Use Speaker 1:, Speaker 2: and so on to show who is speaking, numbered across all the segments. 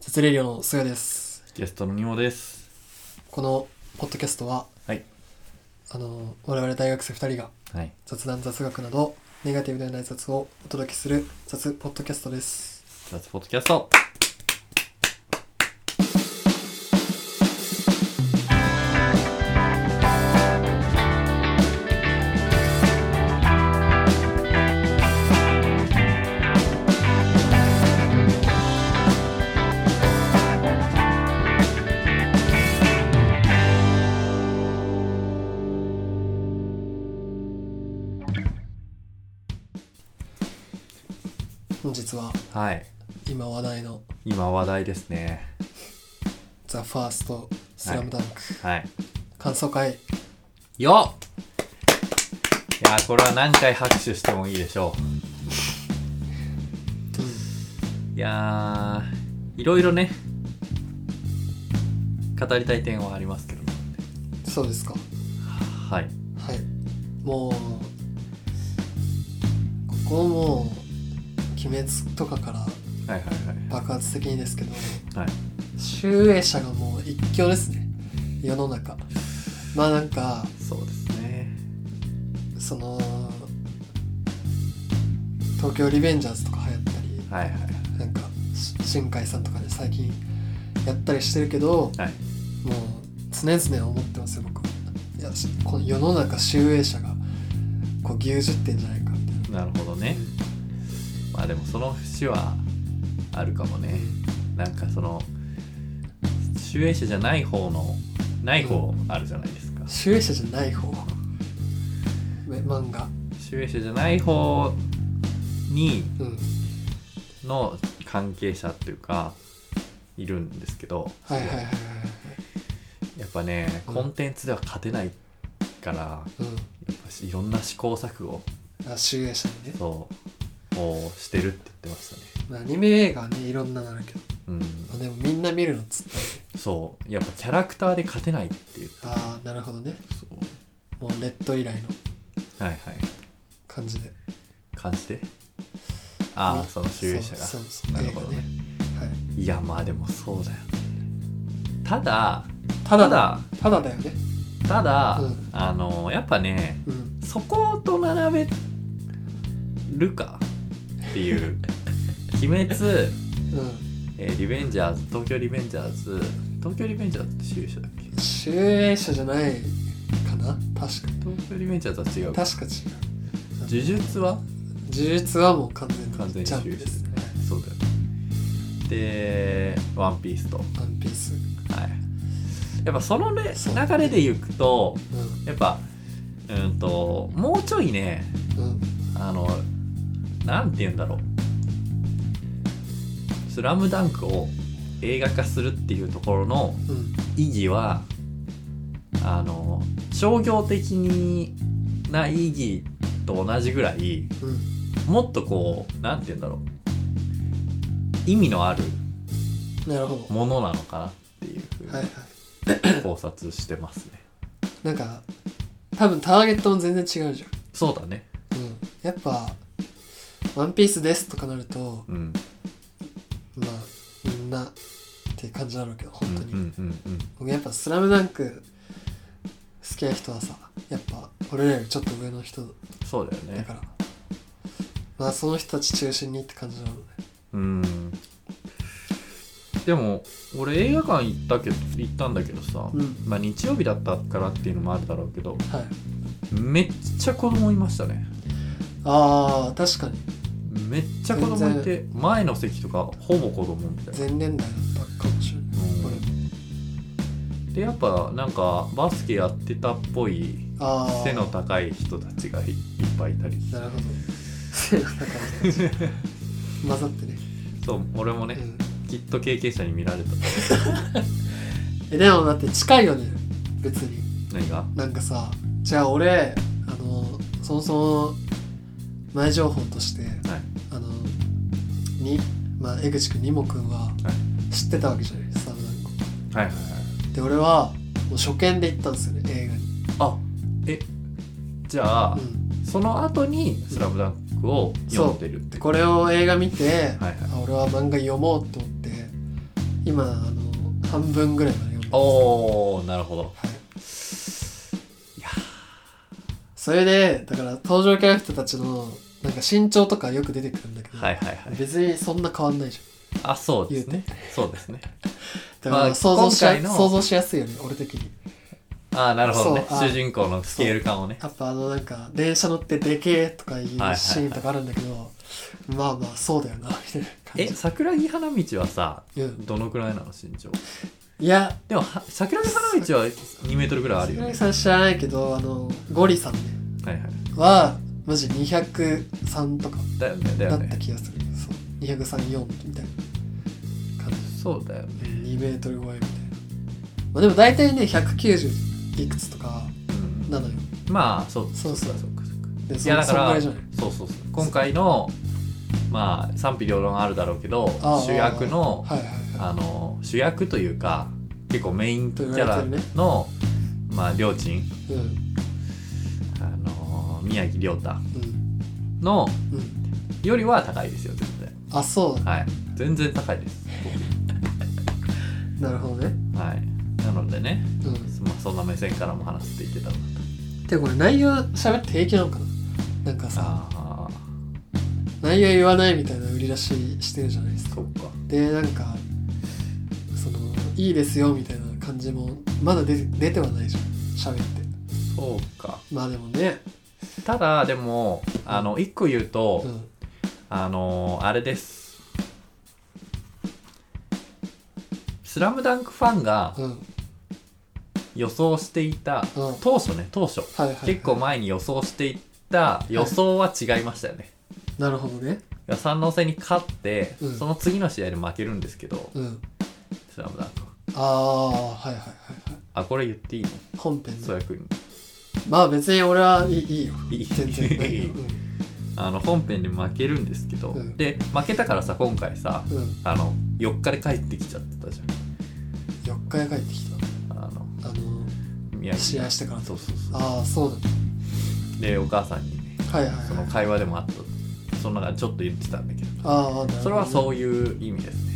Speaker 1: 説明量の菅谷です
Speaker 2: ゲストのニモです。
Speaker 1: このポッドキャストは
Speaker 2: はい。
Speaker 1: あの我々大学生2人が
Speaker 2: はい。
Speaker 1: 雑談雑学などネガティブではない雑をお届けする雑ポッドキャストです
Speaker 2: 雑ポッドキャスト。
Speaker 1: 本日は
Speaker 2: はい。
Speaker 1: 今話題の
Speaker 2: 今話題ですね。
Speaker 1: 「ザ・ファーストスラムダンク、
Speaker 2: はい。
Speaker 1: 感想会
Speaker 2: よっいやー、これは何回拍手してもいいでしょう。いやー、いろいろね、語りたい点はありますけど。
Speaker 1: そうですか
Speaker 2: はい。
Speaker 1: はいもうここもう鬼滅とかから
Speaker 2: はいはいはい。
Speaker 1: 爆発的にですけど
Speaker 2: はい。
Speaker 1: 集英社がもう一強ですね世の中まあなんか
Speaker 2: そうですね。
Speaker 1: その東京リベンジャーズとか流行ったり
Speaker 2: はいはい。
Speaker 1: なんかし新海さんとかで最近やったりしてるけど
Speaker 2: はい。
Speaker 1: もう常々思ってますよ僕はいやしこの世の中集英社がこう牛耳ってんじゃないかみたいな
Speaker 2: なるほどね。まあでもその節はあるかもね。なんかその集英社じゃない方のない方あるじゃないですか、
Speaker 1: 集英社じゃない方め漫画
Speaker 2: 集英社じゃない方に
Speaker 1: うん
Speaker 2: の関係者っていうかいるんですけど、
Speaker 1: はいはいはいはいはい
Speaker 2: やっぱね
Speaker 1: うん
Speaker 2: コンテンツでは勝てないからや
Speaker 1: う
Speaker 2: っぱしいろんな試行錯誤
Speaker 1: んあ集英社にね
Speaker 2: そうをしてるって言ってましたね
Speaker 1: まあアニメ映画はねいろんなのあるけど
Speaker 2: うん
Speaker 1: まあでもみんな見るのっつって
Speaker 2: そうやっぱキャラクターで勝てないっていう
Speaker 1: ああなるほどね
Speaker 2: そ
Speaker 1: も
Speaker 2: う
Speaker 1: うレッド以来の
Speaker 2: はいはい
Speaker 1: 感じで
Speaker 2: 感じでああその集英社が
Speaker 1: そうそうそう
Speaker 2: なるほどね
Speaker 1: はい
Speaker 2: いやまあでもそうだよねただ
Speaker 1: ただだ
Speaker 2: ただ
Speaker 1: ただだよね
Speaker 2: ただ、
Speaker 1: うん
Speaker 2: あのやっぱね
Speaker 1: うん
Speaker 2: そこと並べるかっていう 「鬼滅」
Speaker 1: う
Speaker 2: えーリベンジャーズ」「東京リベンジャーズ」「東京リベンジャーズ」って終者だっけ
Speaker 1: ん集英社じゃないかな確か
Speaker 2: 東京リベンジャーズは違うか
Speaker 1: 確か違う
Speaker 2: 呪術は
Speaker 1: 呪術はもう完全に
Speaker 2: 完全に
Speaker 1: ジャンプ
Speaker 2: 終者
Speaker 1: ですね
Speaker 2: そうだよねで「ワンピースと
Speaker 1: ワンピース
Speaker 2: はいやっぱその、ね、
Speaker 1: そう
Speaker 2: 流れでいくと
Speaker 1: う
Speaker 2: やっぱうんともうちょいね
Speaker 1: んうん
Speaker 2: あの、なんて言うんだろう。スラムダンクを映画化するっていうところの
Speaker 1: うん
Speaker 2: 意義は、あの、商業的にな意義と同じぐらい、
Speaker 1: うん
Speaker 2: もっとこう、なんて言うんだろう。意味のある
Speaker 1: なるほど
Speaker 2: ものなのかなっていうふ
Speaker 1: は
Speaker 2: う
Speaker 1: いはい
Speaker 2: に考察してますね。
Speaker 1: なんか多分ターゲットも全然違うじゃ
Speaker 2: そうだね。
Speaker 1: んうんやっぱワンピースですとかなると
Speaker 2: うん。
Speaker 1: まあみんなっていう感じだろうけど本当に、
Speaker 2: うんうんうん
Speaker 1: 僕やっぱ「スラムダンク好きな人はさやっぱ俺らよりちょっと上の人
Speaker 2: うん。そうだよ
Speaker 1: だ
Speaker 2: ね
Speaker 1: か。ら、まあその人たち中心にって感じなのね
Speaker 2: うんでも俺映画館行ったけど行ったんだけどさ、
Speaker 1: うん
Speaker 2: まあ日曜日だったからっていうのもあるだろうけど
Speaker 1: はい
Speaker 2: めっちゃ子供いましたね
Speaker 1: あー確かに
Speaker 2: めっちゃ子供いて前の席とかほぼ子供みたいな
Speaker 1: 前年代だったかもしれない
Speaker 2: うん
Speaker 1: 俺も
Speaker 2: でやっぱなんかバスケやってたっぽい
Speaker 1: ああ
Speaker 2: 背の高い人たちがいいっぱいいたり
Speaker 1: なる ほど背の高い人たち混ざってね
Speaker 2: そう俺も
Speaker 1: う
Speaker 2: ね、
Speaker 1: ん
Speaker 2: きっと経験者に見ら れた
Speaker 1: えでもだって近いよね別に
Speaker 2: 何が
Speaker 1: なんかさじゃあ俺あのそもそも前情報として
Speaker 2: はい
Speaker 1: あのに、まあ、江口くんにもくんは知ってたわけじゃないスタムダンクを
Speaker 2: はいはいはい
Speaker 1: で俺はもう初見で行ったんですよね映画に
Speaker 2: あえじゃあ、
Speaker 1: うん、
Speaker 2: その後に「スラムダンクを読んでるって
Speaker 1: でこれを映画見て、
Speaker 2: はいはい
Speaker 1: あ俺は漫画読もうと思って今あの半分ぐらいまで読んでます
Speaker 2: おーなるほど
Speaker 1: はい
Speaker 2: いや
Speaker 1: それでだから登場キャラクターたちのなんか身長とかよく出てくるんだけど、
Speaker 2: はいはいはい
Speaker 1: 別にそんな変わんないじ
Speaker 2: あそうですねそうですね
Speaker 1: ゃんだから
Speaker 2: まあ
Speaker 1: 想像しや、
Speaker 2: 今回の
Speaker 1: 想像しやすいよね俺的に
Speaker 2: ああなるほどね
Speaker 1: そうあー
Speaker 2: 主人公のスケール感をね
Speaker 1: やっぱあのなんか電車乗ってでけえとかいうシ
Speaker 2: はいはい
Speaker 1: ーンとかあるんだけど、まあまあそうだよなみたいな感
Speaker 2: え
Speaker 1: じ
Speaker 2: 桜木花道はさ
Speaker 1: うん
Speaker 2: どのくらいなの身長
Speaker 1: いや
Speaker 2: でもは桜木花道は2メートルぐらいあるよ
Speaker 1: 桜
Speaker 2: ね
Speaker 1: 木さん知らないけどあのゴリさんね
Speaker 2: はいはい
Speaker 1: はマジ203とか
Speaker 2: だよね
Speaker 1: だ
Speaker 2: だよ
Speaker 1: った
Speaker 2: ね
Speaker 1: 気がする、そう234みたいな感じ
Speaker 2: そうだよね
Speaker 1: 2メートル超えみたいな、まあ、でも大体ね190いくつとか
Speaker 2: うん
Speaker 1: なのよ
Speaker 2: まあそう
Speaker 1: そうそう
Speaker 2: そうかそうか
Speaker 1: で
Speaker 2: い
Speaker 1: そ
Speaker 2: やだ
Speaker 1: そ
Speaker 2: か
Speaker 1: んぐら
Speaker 2: ら
Speaker 1: いじ
Speaker 2: そ
Speaker 1: ゃ
Speaker 2: う
Speaker 1: ない
Speaker 2: そうそう今回のまあ賛否両論あるだろうけど
Speaker 1: ああ
Speaker 2: 主役の
Speaker 1: はいはいは
Speaker 2: あの主役というか結構メインキャ
Speaker 1: と
Speaker 2: ラ
Speaker 1: 言われてる
Speaker 2: の、まありょうちん
Speaker 1: いうん
Speaker 2: あの宮城亮太
Speaker 1: うん
Speaker 2: の
Speaker 1: うん
Speaker 2: よりは高いですよ全
Speaker 1: あそう
Speaker 2: 然はい全然高いです
Speaker 1: なるほどね
Speaker 2: はいなのでね、
Speaker 1: うん
Speaker 2: まあ、そんな目線からも話していけたらなと
Speaker 1: でこれ内容喋って平気なのかななんかさ
Speaker 2: ああ
Speaker 1: 内容言わないみたいな売り出ししてるじゃないですか
Speaker 2: そっか
Speaker 1: でなんかそのいいですよみたいな感じもまだ出て出てはないじゃん喋って
Speaker 2: そうか
Speaker 1: まあでもね
Speaker 2: ただでもあの一個言うと、
Speaker 1: うん
Speaker 2: あのーあれです「スラムダンクファンが
Speaker 1: うん
Speaker 2: 予想していた、
Speaker 1: うん
Speaker 2: 当初ね当初、
Speaker 1: はいはい、はい、
Speaker 2: 結構前に予想していた予想は違いましたよね、
Speaker 1: なるほどね
Speaker 2: いや三能戦に勝って、
Speaker 1: うん
Speaker 2: その次の試合で負けるんですけど
Speaker 1: うん
Speaker 2: 「スラムダンクは
Speaker 1: ああはいはいはいはい
Speaker 2: あこれ言っていいの
Speaker 1: 本編
Speaker 2: 曽
Speaker 1: で
Speaker 2: 谷君
Speaker 1: まあ別に俺はいいいいよ
Speaker 2: いい
Speaker 1: 全然ないよ
Speaker 2: あの本編で負けるんですけど、
Speaker 1: うん
Speaker 2: で負けたからさ今回さ
Speaker 1: うん、うん、
Speaker 2: あの4日で帰ってきちゃってたじ
Speaker 1: 4日で帰ってき
Speaker 2: ゃんあの
Speaker 1: たあの
Speaker 2: 宮
Speaker 1: 試
Speaker 2: 城
Speaker 1: 合してから
Speaker 2: そうそうそう
Speaker 1: ああそうだ
Speaker 2: でお母さんにね
Speaker 1: はいはいはい
Speaker 2: その会話でもあったその中でちょっと言ってたんだけど
Speaker 1: ああなるほどね
Speaker 2: それはそういう意味ですね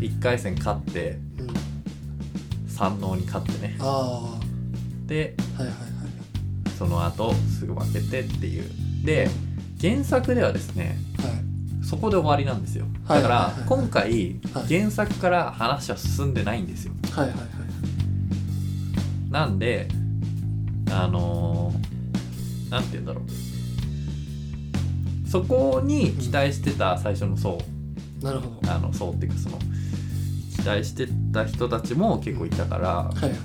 Speaker 2: 1回戦勝って
Speaker 1: うん、
Speaker 2: 山王に勝ってね
Speaker 1: ああは
Speaker 2: で
Speaker 1: いはいはい
Speaker 2: その後すぐ負けてっていうで原作ではですね
Speaker 1: はい
Speaker 2: そこで終わりなんですよ
Speaker 1: はい
Speaker 2: だから
Speaker 1: はいはいはい
Speaker 2: 今回
Speaker 1: はい
Speaker 2: 原作から話は進んでないんですよ
Speaker 1: はいはいはい
Speaker 2: なんであのーなんて言うんだろうそこに期待してた最初の層
Speaker 1: なるほど
Speaker 2: あのそうっていうかその期待してた人たちも結構いたから
Speaker 1: はいはいはい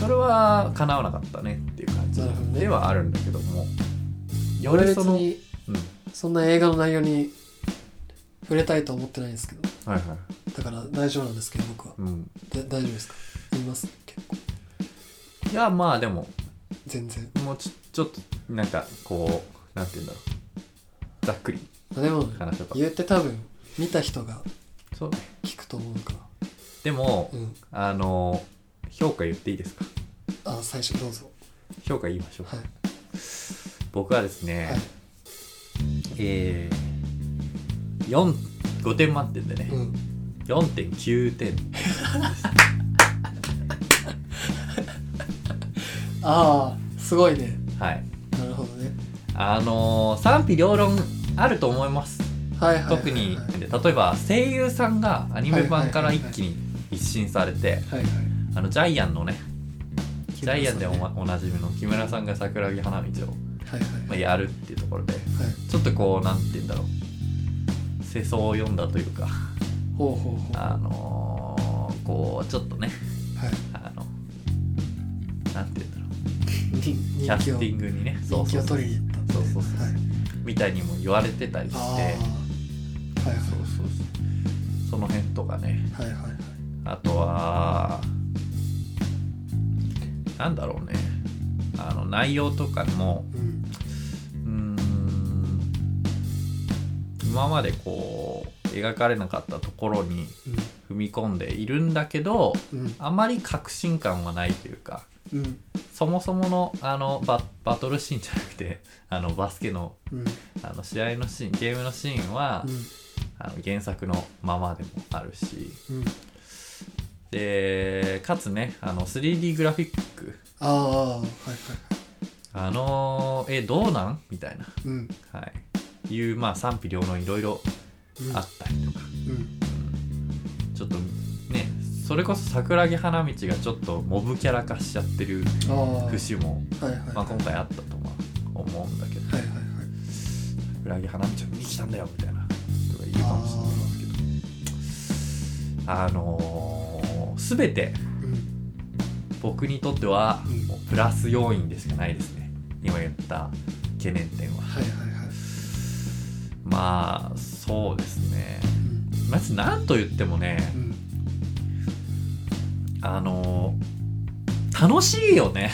Speaker 2: それは叶わなかったねっていう感じ
Speaker 1: なるほどね
Speaker 2: ではあるんだけどもよ
Speaker 1: 俺
Speaker 2: り
Speaker 1: 別
Speaker 2: その、うん、
Speaker 1: にそんな映画の内容に触れたいと思ってないんですけど
Speaker 2: はいはい、
Speaker 1: だから大丈夫なんですけど僕は
Speaker 2: うん、
Speaker 1: だ大丈夫ですか言います結構
Speaker 2: いやまあでも
Speaker 1: 全然
Speaker 2: もうちょちょっとなんかこうなんて言うんだろうざっくり
Speaker 1: まあでも
Speaker 2: 話せば
Speaker 1: 言って多分見た人が
Speaker 2: そうね
Speaker 1: 聞くと思うから
Speaker 2: でも、
Speaker 1: うん
Speaker 2: あの評価言っていいですか
Speaker 1: あ最初どうぞ
Speaker 2: 評価言いましょう
Speaker 1: はい
Speaker 2: 僕はですね、
Speaker 1: はい
Speaker 2: えー、4 5点満点でね、
Speaker 1: うん
Speaker 2: 4.9点
Speaker 1: ああすごいね
Speaker 2: はい
Speaker 1: なるほどね
Speaker 2: あのー賛否両論あると思います
Speaker 1: はいはいはい、はい、
Speaker 2: 特に
Speaker 1: はい
Speaker 2: 例えば声優さんがアニメ版から一気に一新されて
Speaker 1: はい
Speaker 2: あのジャイアンのねジャイアンでお,、
Speaker 1: 木村さんね
Speaker 2: おなじみの木村さんが桜木花道を
Speaker 1: はいはい
Speaker 2: ま
Speaker 1: は
Speaker 2: あ
Speaker 1: い
Speaker 2: やるっていうところで
Speaker 1: はい
Speaker 2: ちょっとこうなんて言うんだろう世相を読んだというか
Speaker 1: ほうほうほうは
Speaker 2: あのーこうちょっとねあのなんて言うんだろう
Speaker 1: い人
Speaker 2: キャ
Speaker 1: 人気
Speaker 2: ステ
Speaker 1: を
Speaker 2: ィングにねそ
Speaker 1: 人
Speaker 2: う
Speaker 1: 気
Speaker 2: そ
Speaker 1: を
Speaker 2: うそう
Speaker 1: 取りに行ったんで
Speaker 2: そうそうそう
Speaker 1: はい、
Speaker 2: みたいにも言われてたりして
Speaker 1: ああはい
Speaker 2: そうそうそうその辺とかね
Speaker 1: はいはいはいはい
Speaker 2: あとはなんだろうねあの内容とかも
Speaker 1: うん
Speaker 2: うーん今までこう描かれなかったところに踏み込んでいるんだけど
Speaker 1: うんうん
Speaker 2: あまり革新感はないというか
Speaker 1: うん
Speaker 2: そもそものあのババトルシ ーンじゃなくてあのバスケの
Speaker 1: うん
Speaker 2: あの試合のシーンゲームのシーンは、
Speaker 1: うん
Speaker 2: あの原作のままでもあるし
Speaker 1: うん、
Speaker 2: でかつねあの 3D グラフィック
Speaker 1: ああはいはい
Speaker 2: あのえどうなんみたいな、
Speaker 1: うん
Speaker 2: はい、いうまあ賛否両論いろいろ
Speaker 1: うん
Speaker 2: あったりとか
Speaker 1: うん
Speaker 2: ちょっとねそれこそ桜木花道がちょっとモブキャラ化しちゃってる
Speaker 1: ああはい
Speaker 2: 節も、
Speaker 1: はいはい
Speaker 2: まあ、今回あったとは思うんだけど
Speaker 1: はいはいはい
Speaker 2: 桜木花道を見に来たんだよみたいな人がいるかもしれないですけどあのー、全て
Speaker 1: うん
Speaker 2: 僕にとっては
Speaker 1: うん
Speaker 2: もうプラス要因でしかないですね今言った懸念点は
Speaker 1: はいはいはい
Speaker 2: まあそうですね
Speaker 1: うん
Speaker 2: まず何と言ってもね
Speaker 1: うん
Speaker 2: あのー楽しいよね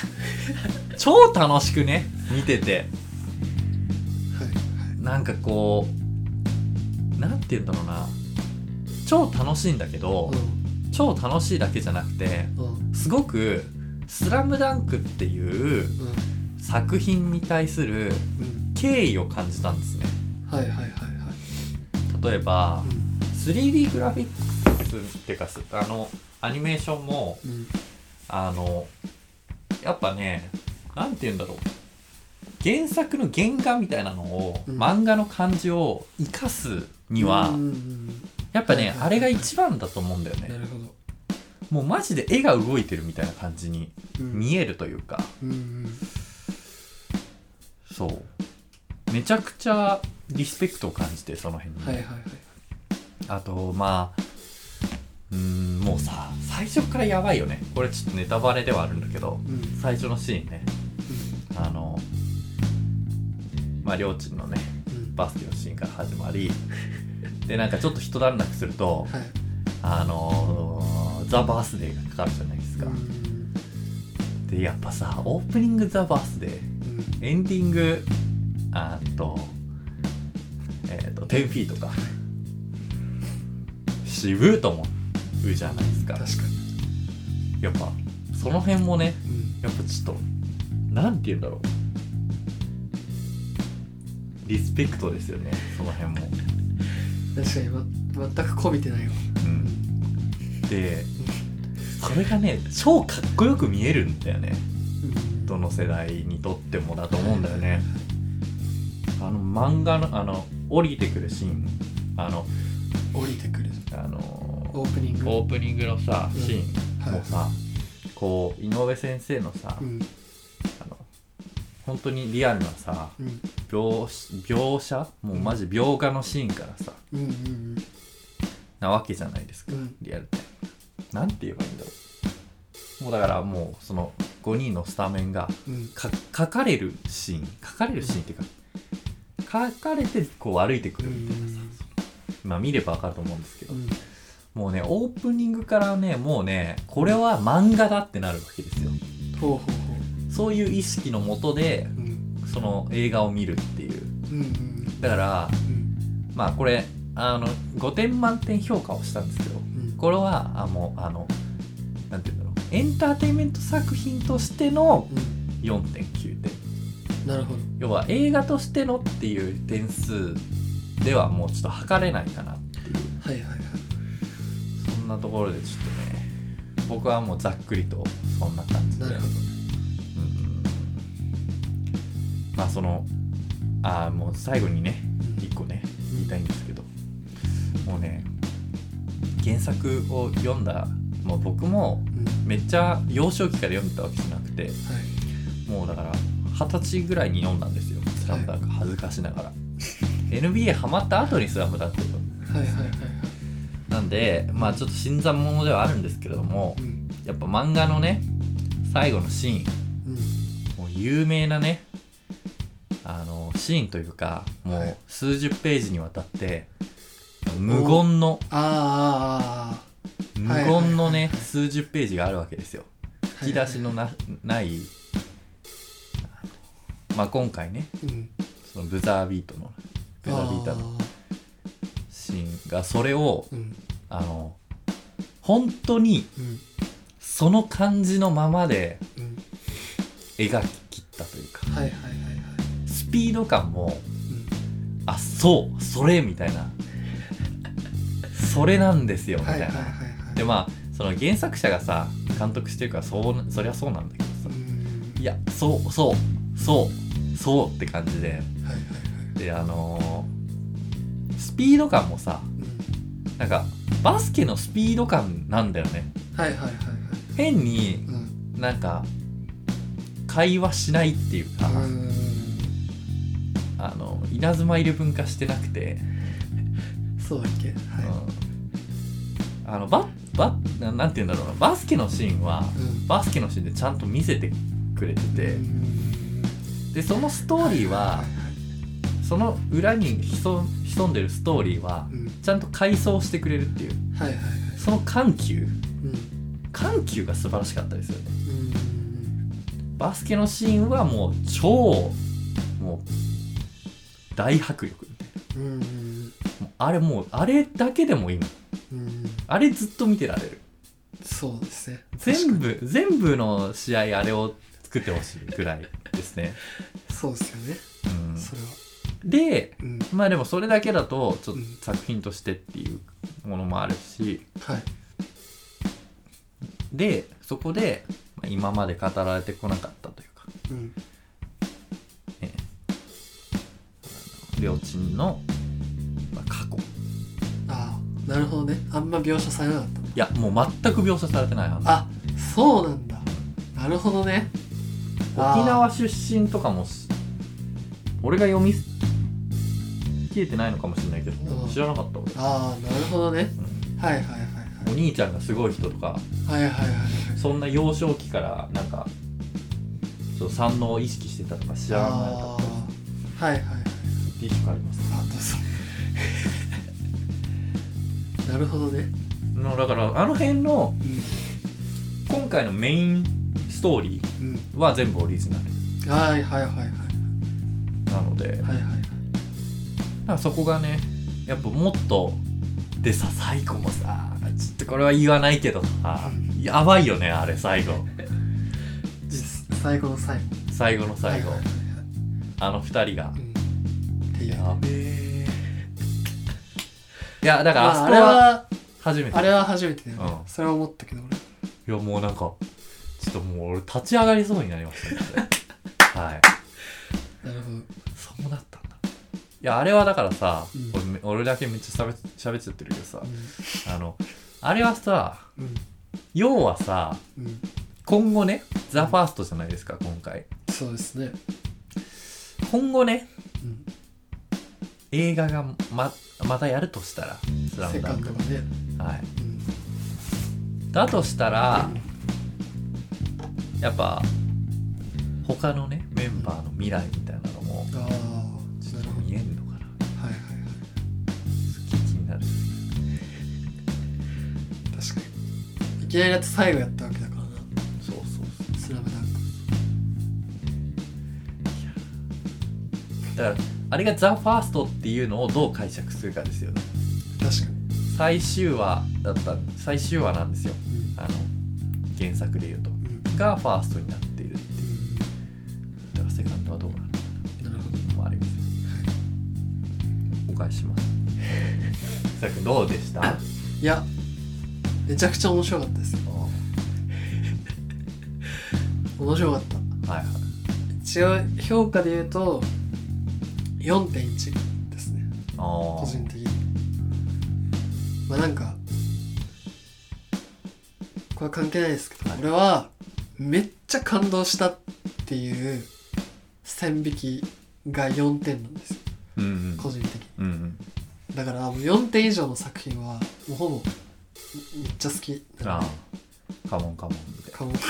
Speaker 2: 超楽しくね見てて
Speaker 1: はい
Speaker 2: なんかこうなんて言うんだろうな超楽しいんだけど、
Speaker 1: はい
Speaker 2: 超楽しいだけじゃなくて
Speaker 1: うんうん
Speaker 2: すごく「スラムダンクっていう
Speaker 1: うん
Speaker 2: 作品に対する
Speaker 1: うん
Speaker 2: 敬意を感じたんですね
Speaker 1: はいはいはいはい
Speaker 2: 例えば
Speaker 1: うん
Speaker 2: 3D グラフィックスっていうかすあのアニメーションも
Speaker 1: うん
Speaker 2: あのやっぱねなんて言うんだろう原作の原画みたいなのを、
Speaker 1: うん
Speaker 2: 漫画の感じを生かすには、
Speaker 1: うんうん
Speaker 2: やっぱね、
Speaker 1: はいはいはい
Speaker 2: あれが一番だと思うんだよ
Speaker 1: うんな
Speaker 2: ね
Speaker 1: るほど
Speaker 2: もうマジで絵が動いてるみたいな感じに
Speaker 1: うん
Speaker 2: 見えるというか、
Speaker 1: うんうん
Speaker 2: そうめちゃくちゃリスペクトを感じてその辺に、
Speaker 1: はいはいはい
Speaker 2: あとまあうーんもうさ最初からやばいよねこれちょっとネタバレではあるんだけど
Speaker 1: うんうん
Speaker 2: 最初のシーンねあのまあ両親のね
Speaker 1: うん
Speaker 2: バスケのシーンから始 まりでなんかちょっと一段落すると
Speaker 1: はい
Speaker 2: あのーザ・バースデーがかかるじゃないですか
Speaker 1: うんうん
Speaker 2: でやっぱさオープニングザ・バースデー
Speaker 1: うん
Speaker 2: エンディングあーっとえーっと10フィーと か渋いと思うじゃないですか
Speaker 1: 確かに
Speaker 2: やっぱその辺もね
Speaker 1: うん
Speaker 2: やっぱちょっとなんて言うんだろうリスペクトですよねその辺も、
Speaker 1: 確かに、ま、全くこびてないわ
Speaker 2: うん、でそれがね超かっこよく見えるんだよね
Speaker 1: うん
Speaker 2: どの世代にとってもだと思うんだよねあの漫画のあの降りてくるシーンあの
Speaker 1: 降りてくる
Speaker 2: あの
Speaker 1: オープニング
Speaker 2: オープニングのさ
Speaker 1: うん
Speaker 2: シーンもさ、こう井上先生のさ、
Speaker 1: うん
Speaker 2: あの本当にリアルなさ
Speaker 1: うん
Speaker 2: 描描写もうマジ描画のシーンからさ
Speaker 1: うんうん
Speaker 2: なわけじゃないですか
Speaker 1: うんうん
Speaker 2: リアルタイムなんて言えばいいんだろうもうだからもうその5人のスタメンが
Speaker 1: うん
Speaker 2: か書かれるシーン書かれるシーンっていうか書かれてこう歩いてくるみたいなさ
Speaker 1: うん
Speaker 2: まあ見れば分かると思うんですけど
Speaker 1: うん
Speaker 2: もうねオープニングからねもうねこれは漫画だってなるわけですよ
Speaker 1: ほうほうほ
Speaker 2: そういう意識のもとで
Speaker 1: ううん
Speaker 2: その映画を見るっていう
Speaker 1: うんうん
Speaker 2: だから
Speaker 1: うん
Speaker 2: まあこれあの5点満点評価をしたんですけど
Speaker 1: うん
Speaker 2: これはあもうあのなんて言うんだろうエンターテインメント作品としての
Speaker 1: うん
Speaker 2: 4.9点
Speaker 1: なるほど
Speaker 2: 要は映画としてのっていう点数ではもうちょっと測れないかなっていう
Speaker 1: はいはいはい
Speaker 2: そんなところでちょっとね僕はもうざっくりとそんな感じで
Speaker 1: なるほど
Speaker 2: うんまあそのあーもう最後にね
Speaker 1: うん
Speaker 2: 1個ね言いたいんですけどもうね原作を読んだもう僕も
Speaker 1: うん
Speaker 2: めっちゃ幼少期から読んでたわけじゃなくて
Speaker 1: はい
Speaker 2: もうだから二十歳ぐらいに読んだんですよ「スラムダンク恥ずかしながら NBA ハマった後に「スラムダンク
Speaker 1: はいはいはいはい
Speaker 2: なんでまあちょっと新参者ではあるんですけれども
Speaker 1: うん
Speaker 2: やっぱ漫画のね最後のシーン
Speaker 1: うん
Speaker 2: もう有名なねあのシーンというかも
Speaker 1: は
Speaker 2: う
Speaker 1: い
Speaker 2: 数十ページにわたって無言の
Speaker 1: あーあ
Speaker 2: 無
Speaker 1: はい
Speaker 2: 言のね数十ページがあるわけですよ
Speaker 1: ーあー
Speaker 2: 引き出しのなないあのまあ今回ね
Speaker 1: うん
Speaker 2: そのブザービートのブザービーターの
Speaker 1: あー
Speaker 2: シーンがそれを
Speaker 1: うん
Speaker 2: あの本当に
Speaker 1: うん
Speaker 2: その感じのままで
Speaker 1: うん
Speaker 2: 描き切ったというか
Speaker 1: はいはいはいはい
Speaker 2: スピード感も
Speaker 1: うん
Speaker 2: あそうそれみたいなそれなんですよみた
Speaker 1: はいい
Speaker 2: な、
Speaker 1: はいはいはい
Speaker 2: でまあその原作者がさ監督してるからそうそりゃそうなんだけど
Speaker 1: う
Speaker 2: さ
Speaker 1: ん
Speaker 2: いやそうそうそうそうって感じで
Speaker 1: はいはいはい
Speaker 2: であのースピード感もさ
Speaker 1: うん
Speaker 2: なんかバスケのスピード感なんだよね
Speaker 1: はいはいはいはい
Speaker 2: 変に
Speaker 1: うん
Speaker 2: なんか会話しないっていうか、
Speaker 1: うん
Speaker 2: あの稲妻イレブン化してなくて、
Speaker 1: そうだっけは
Speaker 2: うんあのババななんて言うんだろうなバスケのシーンはい
Speaker 1: うん
Speaker 2: バスケのシーンでちゃんと見せてくれてて
Speaker 1: うん
Speaker 2: でそのストーリーはい
Speaker 1: い
Speaker 2: その裏に潜潜んでるストーリーは
Speaker 1: うん
Speaker 2: ちゃんと回想してくれるっていう
Speaker 1: はいはいはい
Speaker 2: その緩急
Speaker 1: うん
Speaker 2: 緩急が素晴らしかったですよね
Speaker 1: うん
Speaker 2: バスケのシーンはもう超もう大迫力
Speaker 1: うん
Speaker 2: もうあれもうあれだけでもいいの
Speaker 1: うん
Speaker 2: あれずっと見てられる
Speaker 1: そうですね
Speaker 2: 全部全部の試合あれを作ってほしいぐらいですね、
Speaker 1: そうですよね
Speaker 2: うん
Speaker 1: それは
Speaker 2: で
Speaker 1: うん
Speaker 2: まあでもそれだけだとちょっ
Speaker 1: う
Speaker 2: と
Speaker 1: ん
Speaker 2: 作品としてっていうものもあるし
Speaker 1: はい
Speaker 2: でそこでまあ今まで語られてこなかったというか
Speaker 1: うん
Speaker 2: 両チームのまあ過去
Speaker 1: ああなるほどねあんま描写されなかった
Speaker 2: いやもう全く描写されてない話
Speaker 1: あそうなんだなるほどねあー
Speaker 2: 沖縄出身とかもし俺が読み切れてないのかもしれないけど
Speaker 1: うん
Speaker 2: 知らなかった俺、
Speaker 1: ああなるほどねはいはいはいはい
Speaker 2: うんお兄ちゃんがすごい人とか
Speaker 1: はいはいはいはい
Speaker 2: そんな幼少期からなんかちょっと三能を意識してたとか知らなか
Speaker 1: あ
Speaker 2: った
Speaker 1: ーはいはいはい
Speaker 2: ティッシュがあります
Speaker 1: あどうぞ なるほどね
Speaker 2: のだからあの辺の
Speaker 1: う
Speaker 2: 今回のメインストーリ
Speaker 1: んうん
Speaker 2: ーは全部オリジナル
Speaker 1: はいはいはいはい
Speaker 2: なので、だ
Speaker 1: はいはいはい
Speaker 2: からそこがねやっぱもっとでさ最後もさちょっとこれは言わないけどさ
Speaker 1: う
Speaker 2: やばいよねあれ最後
Speaker 1: 実最後の最後
Speaker 2: 最後の最後、
Speaker 1: はいはいはいはい
Speaker 2: あの二人が
Speaker 1: うんっていう
Speaker 2: や
Speaker 1: ね
Speaker 2: べえいやだからあ
Speaker 1: まあ、あ
Speaker 2: そこ
Speaker 1: れ
Speaker 2: は
Speaker 1: は
Speaker 2: 初めて
Speaker 1: あれは初めてだよ、ね
Speaker 2: うん
Speaker 1: それは思ったけど俺
Speaker 2: いやもうなんかちょっともう俺立ち上がりそうになりましたねそれはい
Speaker 1: なるほど
Speaker 2: そうだったんだいやあれはだからさ、
Speaker 1: うん
Speaker 2: 俺め俺だけめっちゃしゃべしゃべっちゃってるけどさ
Speaker 1: う
Speaker 2: あのあれはさ
Speaker 1: んうん
Speaker 2: 要はさ
Speaker 1: うん
Speaker 2: 今後ね「ザファーストじゃないですか今回
Speaker 1: そうですね
Speaker 2: 今後ね
Speaker 1: うん
Speaker 2: 映画がままたやるとしたら「スラ
Speaker 1: セ
Speaker 2: ム
Speaker 1: カ
Speaker 2: ダン
Speaker 1: ン
Speaker 2: ク
Speaker 1: ドがね
Speaker 2: はい
Speaker 1: うん
Speaker 2: だとしたらやっぱ他のねメンバーの未来みたいなのも
Speaker 1: ああ
Speaker 2: ち
Speaker 1: な
Speaker 2: ょっ
Speaker 1: る
Speaker 2: と
Speaker 1: ほど
Speaker 2: 見えんのかな
Speaker 1: はいはいはい
Speaker 2: すっげえ気になる
Speaker 1: 確かにいきなりだって最後やったわけだからな
Speaker 2: そうそうそう
Speaker 1: 「スラムダンク
Speaker 2: だからあれが「ザ・ファーストっていうのをどう解釈するかですよね
Speaker 1: 確かに、
Speaker 2: 最終話だった最終話なんですよ
Speaker 1: うん
Speaker 2: あの原作で言うと
Speaker 1: うん
Speaker 2: がファーストになっているだからセカンドはどうな
Speaker 1: な
Speaker 2: る
Speaker 1: るほど、
Speaker 2: のもありますよお返しし ますさっくんどうで したあ
Speaker 1: い、やめちゃくちゃ面白かったですよ面白かった
Speaker 2: はいはい
Speaker 1: 一応評価で言うと4.1ですね
Speaker 2: あ
Speaker 1: 個人
Speaker 2: ー
Speaker 1: 的にまあなんかこれは関係ないですけど、
Speaker 2: はい
Speaker 1: 俺はめっちゃ感動したっていう線引きが4点なんですよ
Speaker 2: うんうん
Speaker 1: 個人的に
Speaker 2: うんうん
Speaker 1: だからもう4点以上の作品はもうほぼめっちゃ好き
Speaker 2: ああカモンカモンみたい
Speaker 1: かも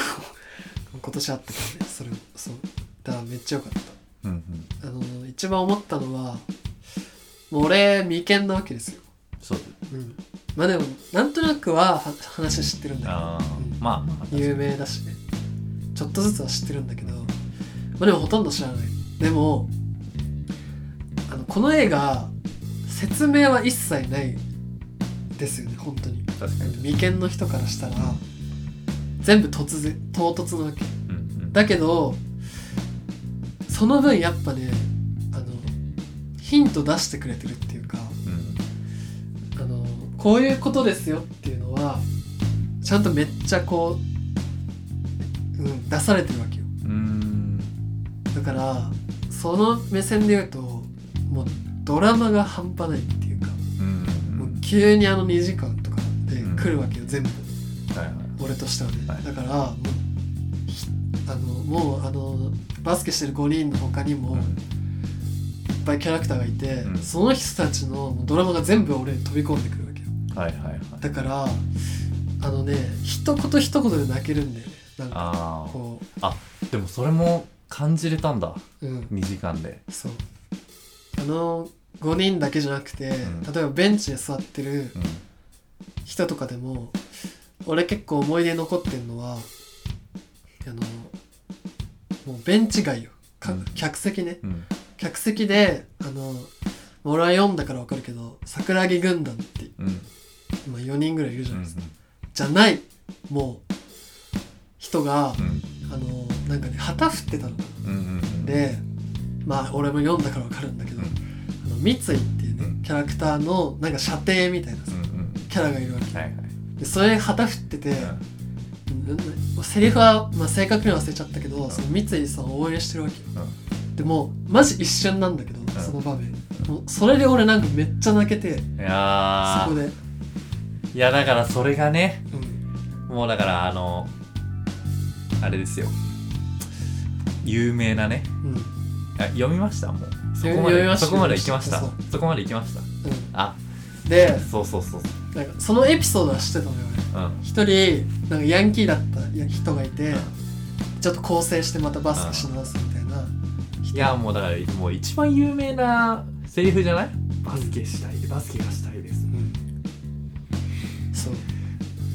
Speaker 1: 今年あったからねそれもそうだからめっちゃ良かっ
Speaker 2: なうんうん
Speaker 1: たあの一番思ったのはもう俺未見なわけですよ
Speaker 2: そう
Speaker 1: うんまあでもなんとなくはは話知ってるんだ
Speaker 2: ああ
Speaker 1: うん
Speaker 2: まあまあ
Speaker 1: けど有名だしねちょっとずつは知ってるんだけど、まあ、でもほとんど知らないでもあのこの映画説明は一切ないですよね本当に
Speaker 2: 確かに
Speaker 1: 未見の人からしたら全部突然唐突なわけ
Speaker 2: うんうん
Speaker 1: だけどその分やっぱねあのヒント出してくれてるっていうか
Speaker 2: うん
Speaker 1: あのこういうことですよっていうのはちゃんとめっちゃこう、うん、出されてるわけよ
Speaker 2: うーん
Speaker 1: だからその目線で言うともうドラマが半端ないっていうか、
Speaker 2: うん
Speaker 1: もう急にあの2時間とかで来るわけよ、全部
Speaker 2: はいはい
Speaker 1: 俺としてはね、
Speaker 2: はい
Speaker 1: だからもうひあのもうあのバスケしてる5人の他にも、いっぱいキャラクターがいて、
Speaker 2: うん
Speaker 1: その人たちのドラマが全部俺に飛び込んでくるわけよ
Speaker 2: はいはいはい
Speaker 1: だからあのね一言一言で泣けるんだよねなんか
Speaker 2: あ
Speaker 1: こ
Speaker 2: ーでもそれも感じれたんだ
Speaker 1: ううん
Speaker 2: 2時間で
Speaker 1: そうあの5人だけじゃなくて、
Speaker 2: うん
Speaker 1: 例えばベンチで座ってる
Speaker 2: うん
Speaker 1: 人とかでも俺結構思い出残ってるのはあのもうベンチ外よか
Speaker 2: うん
Speaker 1: 客席ね
Speaker 2: うん
Speaker 1: 客席であの俺は読んだから分かるけど桜木軍団って
Speaker 2: うんうん
Speaker 1: まあ4人ぐらいいるじゃ
Speaker 2: う
Speaker 1: ない
Speaker 2: ん
Speaker 1: ですか、じゃないもう人が、
Speaker 2: うん
Speaker 1: あのなんかね旗振ってたの
Speaker 2: うんうん
Speaker 1: でまあ俺も読んだから分かるんだけど、
Speaker 2: うん
Speaker 1: あの三井っていうね、
Speaker 2: うん
Speaker 1: キャラクターのなんか射程みたいなさ
Speaker 2: うんうん
Speaker 1: キャラがいるわけ
Speaker 2: はいはい
Speaker 1: でそれ旗振ってて、
Speaker 2: うん
Speaker 1: ななセリフは、まあ、正確には忘れちゃったけど、
Speaker 2: うん
Speaker 1: その三井さんを応援してるわけよ
Speaker 2: うん
Speaker 1: でもマジ一瞬なんだけど、
Speaker 2: ん
Speaker 1: その場面もうそれで俺なんかめっちゃ泣けて
Speaker 2: いや
Speaker 1: そこ
Speaker 2: ー
Speaker 1: で、
Speaker 2: いやだからそれがね
Speaker 1: うん、
Speaker 2: もうだからあのあれですよ有名なね
Speaker 1: うん、
Speaker 2: あ読みましたもうそ
Speaker 1: 読
Speaker 2: こ
Speaker 1: み
Speaker 2: ま
Speaker 1: 読み
Speaker 2: で
Speaker 1: ました
Speaker 2: そこまで行きました
Speaker 1: そう
Speaker 2: そこまで行きました
Speaker 1: う
Speaker 2: あ
Speaker 1: ん、で
Speaker 2: そうそうそう
Speaker 1: なんかそのエピソードは知ってたのよ俺
Speaker 2: うん
Speaker 1: 一人なんかヤンキーだった人がいて、ちょっと更生してまたバスケし直すみたいな、
Speaker 2: いやもうだからもう一番有名なセリフじゃない
Speaker 3: バスケしたいバスケがしたいです
Speaker 1: そう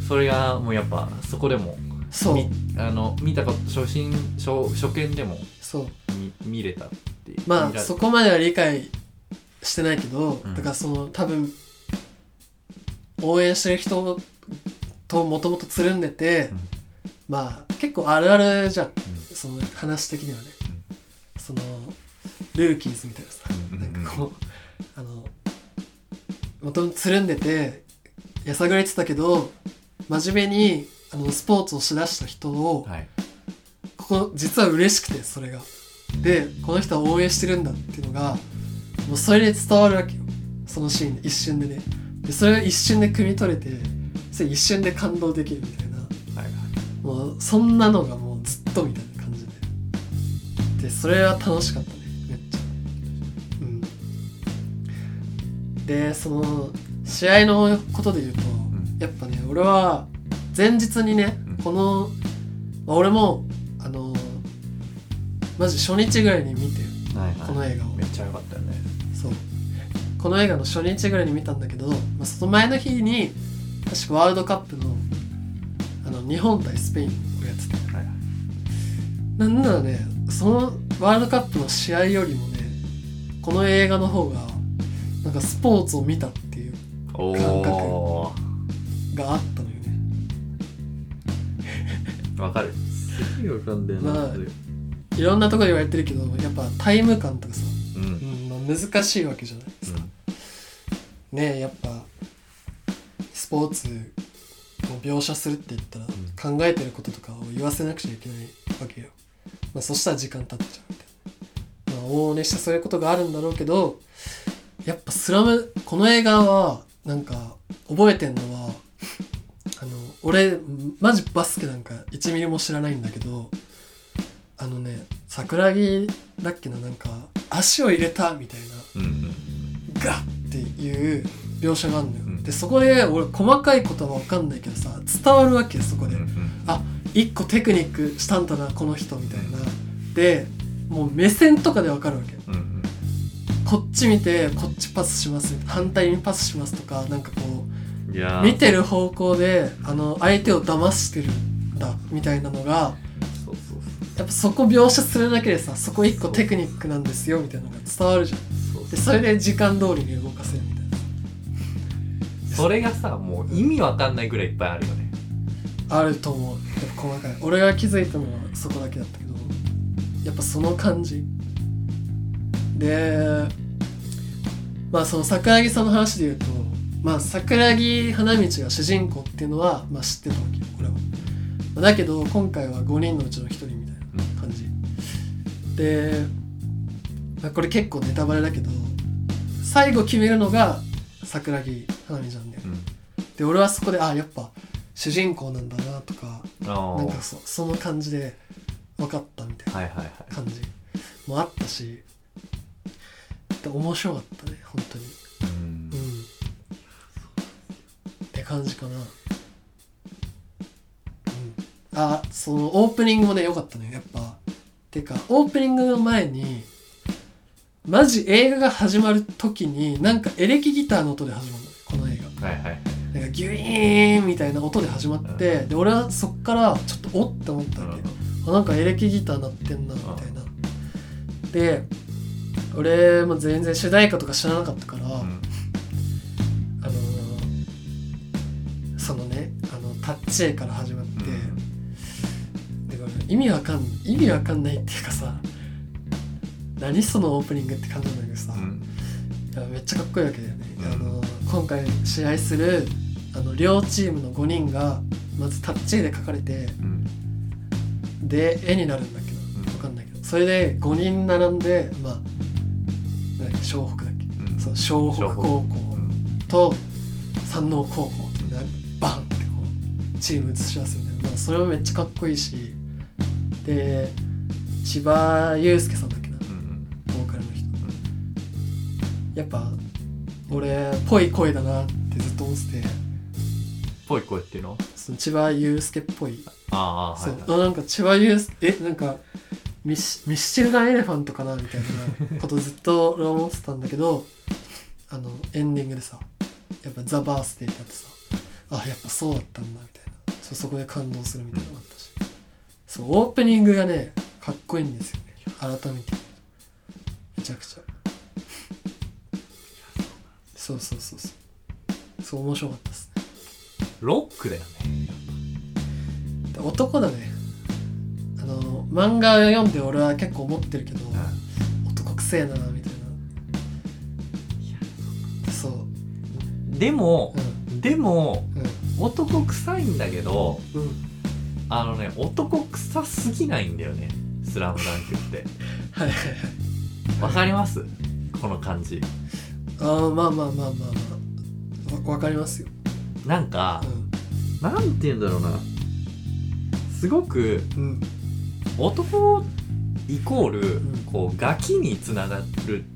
Speaker 2: それがもうやっぱそこでも
Speaker 1: そう
Speaker 2: みあの見たこと初心初初見でも
Speaker 1: そう
Speaker 2: 見見れたっていう
Speaker 1: ま
Speaker 2: 見
Speaker 1: あ
Speaker 2: ら
Speaker 1: そこまでは理解してないけど、
Speaker 2: うん
Speaker 1: だからその多分応援してる人ともともとつるんでて、
Speaker 2: うん
Speaker 1: まあ結構あるあるじゃんその話的にはね、そのルーキーズみたいなさ
Speaker 2: うん
Speaker 1: なんかこうあの元々つるんでてやさぐれてたけど真面目にあのスポーツをしだした人を、
Speaker 2: はい
Speaker 1: ここ実は嬉しくてそれがでこの人は応援してるんだっていうのがもうそれで伝わるわけよそのシーンで一瞬でねでそれが一瞬で汲み取れてそれ一瞬で感動できるみたいな
Speaker 2: はいはい
Speaker 1: もうそんなのがもうずっとみたいな感じででそれは楽しかったねめっちゃうんでその試合のことで言うと、
Speaker 2: ん
Speaker 1: やっぱね俺は前日にね、
Speaker 2: うん
Speaker 1: この、まあ俺もあのマジ初日ぐらいに見て
Speaker 2: はい
Speaker 1: この映画を
Speaker 2: めっちゃ良かったよね
Speaker 1: そうこの映画の初日ぐらいに見たんだけど、まあ、その前の日に確かワールドカップのあの日本対スペインをやってて
Speaker 2: はいはい
Speaker 1: なんならねそのワールドカップの試合よりもねこの映画の方がなんかスポーツを見たっていう
Speaker 2: お
Speaker 1: 感
Speaker 2: お
Speaker 1: があったのよね
Speaker 2: わかるすげえわかんだよ
Speaker 1: な
Speaker 2: う
Speaker 1: それ
Speaker 2: ん
Speaker 1: いろんなとこで言われてるけどやっぱタイム感とかさ、うんまあ、難しいわけじゃないですか、ねえやっぱスポーツを描写するって言ったら
Speaker 2: ん
Speaker 1: 考えてることとかを言わせなくちゃいけないわけよ、まあ、そしたら時間経っちゃうみたいな、まあ、往々にしてそういうことがあるんだろうけどやっぱスラムこの映画はなんか覚えてんのはあの俺マジバスケなんか1ミリも知らないんだけどあのね桜木だっけななんか足を入れたみたいな
Speaker 2: うんうん
Speaker 1: ガッっていう描写があるのよ、
Speaker 2: うん
Speaker 1: でそこで俺細かいことは分かんないけどさ伝わるわけよそこ
Speaker 2: うん
Speaker 1: で、
Speaker 2: うん
Speaker 1: あ一個テクニックしたんだなこの人みたいなでもう目線とかで分かるわけ
Speaker 2: うんうん
Speaker 1: こっち見てこっちパスします反対にパスしますとかなんかこう
Speaker 2: いやー
Speaker 1: 見てる方向であの相手を騙してるんだみたいなのが
Speaker 2: そうそう
Speaker 1: やっぱそこ描写するだけでさそこ一個テクニックなんですよみたいなのが伝わるじゃん
Speaker 2: そうそ
Speaker 1: で
Speaker 2: う
Speaker 1: それで時間通りに動かせるみたいな
Speaker 2: それがさもう意味わかんないぐらいいっぱいあるよね
Speaker 1: あると思うやっぱ細かい俺が気づいたのはそこだけだったけどやっぱその感じでまあその桜木さんの話で言うとまあ桜木花道が主人公っていうのは、まあ、知ってたわけよこれはまあだけど今回は5人のうちの1人みたいな感じで、まあ、これ結構ネタバレだけど最後決めるのが桜木花道なんだよ
Speaker 2: うん
Speaker 1: で俺はそこであやっぱ主人公なんだなとか
Speaker 2: ああ
Speaker 1: なん
Speaker 2: はい
Speaker 1: かそその感じで分かったみたいな
Speaker 2: はいはい
Speaker 1: 感じもあったしで面白かったね本当に
Speaker 2: う
Speaker 1: う
Speaker 2: ん
Speaker 1: んって感じかな、うん、あそのオープニングもね良かったねやっぱてかオープニングの前にマジ映画が始まる時になんかエレキギターの音で始まるのこの映画
Speaker 2: はいはいはい
Speaker 1: なんかギュイーンみたいな音で始まってで俺はそっからちょっとおって思ったわけあなんかエレキギター鳴ってんなみたいなで俺も全然主題歌とか知らなかったから、
Speaker 2: うん
Speaker 1: あのーそのねあのタッチ絵から始まって、でこれ意味わかん意味わかんないっていうかさ何そのオープニングって感じなんだけどさ、
Speaker 2: うん
Speaker 1: いやめっちゃかっこいいわけだよね、
Speaker 2: うん
Speaker 1: あの今回試合するあの両チームの5人がまずタッチ絵で描かれて
Speaker 2: うん
Speaker 1: で絵になるんだけど
Speaker 2: うん
Speaker 1: わかんないけどそれで5人並んでまあなんだっけ湘北だっけ
Speaker 2: うん
Speaker 1: そう湘北高
Speaker 2: う
Speaker 1: 校
Speaker 2: ん
Speaker 1: と山王高校となんかバンってこうチーム映し出すみたいな、まあ、それもめっちゃかっこいいしで千葉雄介さんだっけな
Speaker 2: うん
Speaker 1: ボーカルの人やっぱ俺っぽい声だなってずっと思ってて
Speaker 2: ぽい声っていうの
Speaker 1: その千葉雄介っぽい
Speaker 2: ああ
Speaker 1: そ
Speaker 2: は
Speaker 1: う
Speaker 2: いは
Speaker 1: あな
Speaker 2: い
Speaker 1: んか千葉雄介えなんかミシミスチルガンエレファントかなみたいなことずっと俺は思ってたんだけどあのエンディングでさやっぱ「ザ・バースデーってあってさあやっぱそうだったんだみたいなそうそこで感動するみたいなのがあったしそうオープニングがねかっこいいんですよね改めてめちゃくちゃそうそうそうそうそう面白かったですね
Speaker 2: ロックだよね
Speaker 1: 男だねあの漫画を読んで俺は結構思ってるけど男くせえなみたいなそう
Speaker 2: でも
Speaker 1: う
Speaker 2: でも
Speaker 1: ん
Speaker 2: 男臭いんだけど
Speaker 1: うんうん
Speaker 2: あのね男臭すぎないんだよね「スラムダンクって
Speaker 1: はいはいはい
Speaker 2: わかりますこの感じ
Speaker 1: あーまあまあまあまあまあわわかりますよ
Speaker 2: なんかなんて言うんだろうなすごく
Speaker 1: うんうん
Speaker 2: 男イコール
Speaker 1: ん
Speaker 2: こうガキにつなが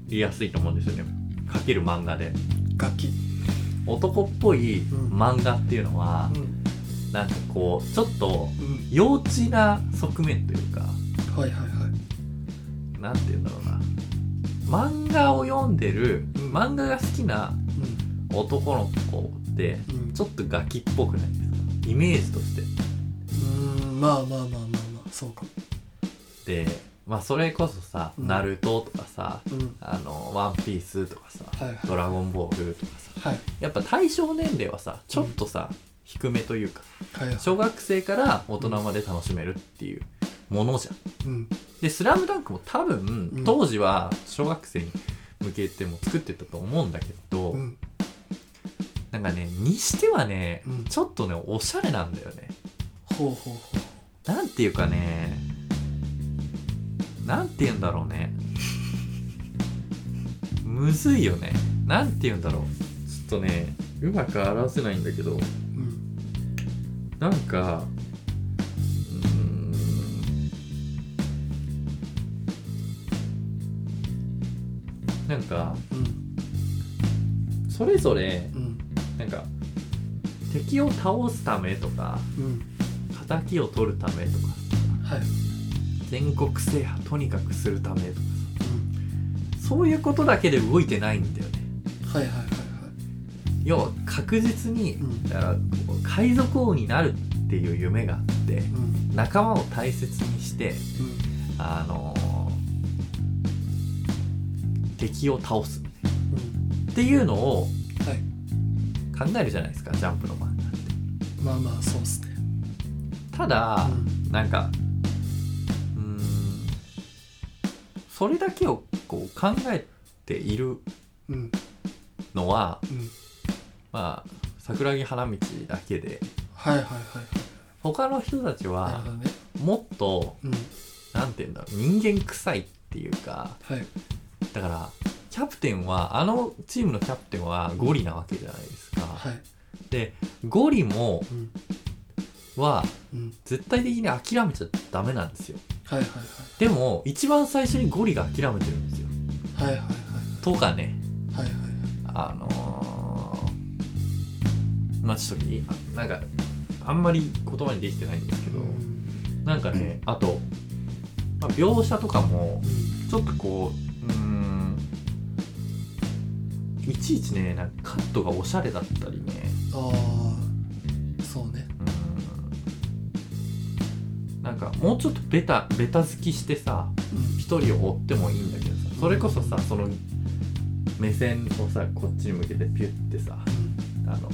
Speaker 2: りやすいと思うんですよねかける漫画で
Speaker 1: 楽器
Speaker 2: 男っぽい
Speaker 1: うん
Speaker 2: 漫画っていうのは
Speaker 1: うん
Speaker 2: なんかこうちょっと
Speaker 1: うん
Speaker 2: 幼稚な側面というか
Speaker 1: はいはいはい
Speaker 2: なんて言うんだろうな漫画を読んでる
Speaker 1: うん
Speaker 2: 漫画が好きな男の子って
Speaker 1: うんうん
Speaker 2: ちょっとガキっぽくないですかイメージとして
Speaker 1: うーんまあまあまあまあまあそうか
Speaker 2: でまあそれこそさ「
Speaker 1: うん
Speaker 2: ナルト」とかさ
Speaker 1: うん
Speaker 2: 「あのワンピース」とかさ
Speaker 1: はいはい
Speaker 2: 「ドラゴンボール」とかさ
Speaker 1: はい
Speaker 2: やっぱ対象年齢はさちょっとさ、低めというか
Speaker 1: はいはい
Speaker 2: 小学生から大人まで楽しめるっていうものじゃん。
Speaker 1: うん
Speaker 2: で「スラムダンクも多
Speaker 1: う
Speaker 2: 分
Speaker 1: ん
Speaker 2: 当時は小学生に向けても作ってたと思うんだけど、
Speaker 1: うん
Speaker 2: なんかねにしてはね、
Speaker 1: うん
Speaker 2: ちょっとねおしゃれなんだよね。
Speaker 1: ほうほうほ
Speaker 2: なんていうかねなんて言うんだろうねむずいよねなんて言うんだろうちょっとねうまく表せないんだけ
Speaker 1: う
Speaker 2: ど
Speaker 1: うん
Speaker 2: なんかうーんなんか
Speaker 1: うん
Speaker 2: それぞれ
Speaker 1: うん
Speaker 2: なんか敵を倒すためとか
Speaker 1: うん
Speaker 2: 敵を取るためとか
Speaker 1: はい
Speaker 2: 全国制覇とにかくするためとか
Speaker 1: うん
Speaker 2: そういうことだけで動いてないんだよね
Speaker 1: はいはいはいはい
Speaker 2: 要は確実に
Speaker 1: うん
Speaker 2: だからこう海賊王になるっていう夢があって
Speaker 1: うん
Speaker 2: 仲間を大切にしてあのー敵を倒す
Speaker 1: うんうん
Speaker 2: っていうのを
Speaker 1: はい
Speaker 2: 考えるじゃないですかジャンプの漫画って
Speaker 1: まあまあそうっすね。
Speaker 2: ただ
Speaker 1: う、ん
Speaker 2: なんかうーんそれだけをこう考えている
Speaker 1: うん
Speaker 2: のは
Speaker 1: うん
Speaker 2: まあ桜木花道だけで
Speaker 1: はいはいはい
Speaker 2: 他の人たち
Speaker 1: なる
Speaker 2: は
Speaker 1: ほどね
Speaker 2: もっと
Speaker 1: うん
Speaker 2: なんて言うんだろう人間臭いっていうか
Speaker 1: はい
Speaker 2: だからキャプテンはあのチームのキャプテンはゴリなわけじゃないですか、
Speaker 1: はい
Speaker 2: でゴリも
Speaker 1: うん
Speaker 2: は
Speaker 1: うん
Speaker 2: 絶対的に諦めちゃダメなんですよ
Speaker 1: はいはい
Speaker 2: でも一番最初にゴリが諦めてるんですよ
Speaker 1: はいはいはい
Speaker 2: とかね
Speaker 1: はいはいはい
Speaker 2: あのー、まあちょっといあなんかあんまり言葉にできてないんですけど、なんかねあと、まあ、描写とかもちょっとこううーんいちいちねなんかカットがおしゃれだったりね
Speaker 1: ああそうね
Speaker 2: うーんなんかもうちょっとベタベタ好きしてさ
Speaker 1: うん
Speaker 2: 一人を追ってもいいんだけどさそれこそさその目線をさこっちに向けてピュッてさあの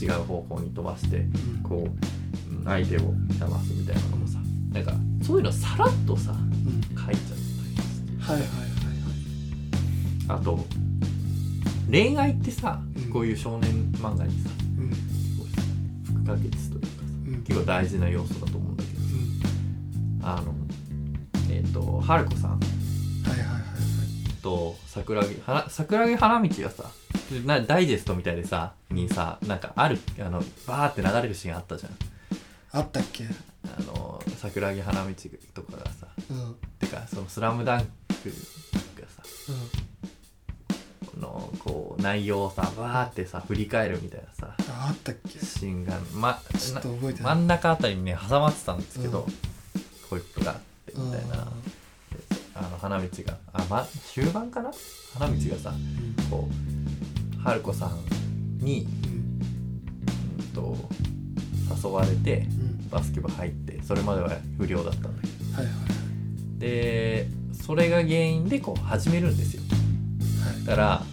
Speaker 2: 違う方向に飛ばして
Speaker 1: うん
Speaker 2: こううん相手を騙すみたいなのもさなんかそういうのさらっとさ
Speaker 1: うん
Speaker 2: 書いちゃったり
Speaker 1: はいはいはい
Speaker 2: あと恋愛ってさ
Speaker 1: うん
Speaker 2: こういう少年漫画にさ
Speaker 1: うん
Speaker 2: こう不可欠というかさ
Speaker 1: うん
Speaker 2: 結構大事な要素だと思うんだけど
Speaker 1: うん
Speaker 2: あのえっ、と春子さん
Speaker 1: はいはいはい
Speaker 2: と桜木花桜木花道がさなダイジェストみたいでさにさなんかあるあのバーって流れるシーンあったじゃん
Speaker 1: あったっけ
Speaker 2: あの桜木花道とかがさ
Speaker 1: うんうん
Speaker 2: てかその「スラムダンクがさこのこう内容をさバーってさ振り返るみたいなさ
Speaker 1: ああったっけ
Speaker 2: シーンが、ま、
Speaker 1: ちょ
Speaker 2: な
Speaker 1: っと覚えてな
Speaker 2: 真
Speaker 1: い
Speaker 2: ん中あたりにね挟まってたんですけど、
Speaker 1: うん
Speaker 2: ホイップがあってみたいな、あの花道があ、ま、終盤かな花道がさ
Speaker 1: うん
Speaker 2: こう春子さんに、
Speaker 1: うん
Speaker 2: うん、と誘われて
Speaker 1: うん
Speaker 2: バスケ部入ってそれまでは不良だったんだけど
Speaker 1: はいはい
Speaker 2: でそれが原因でこう始めるんですよ
Speaker 1: はい
Speaker 2: だから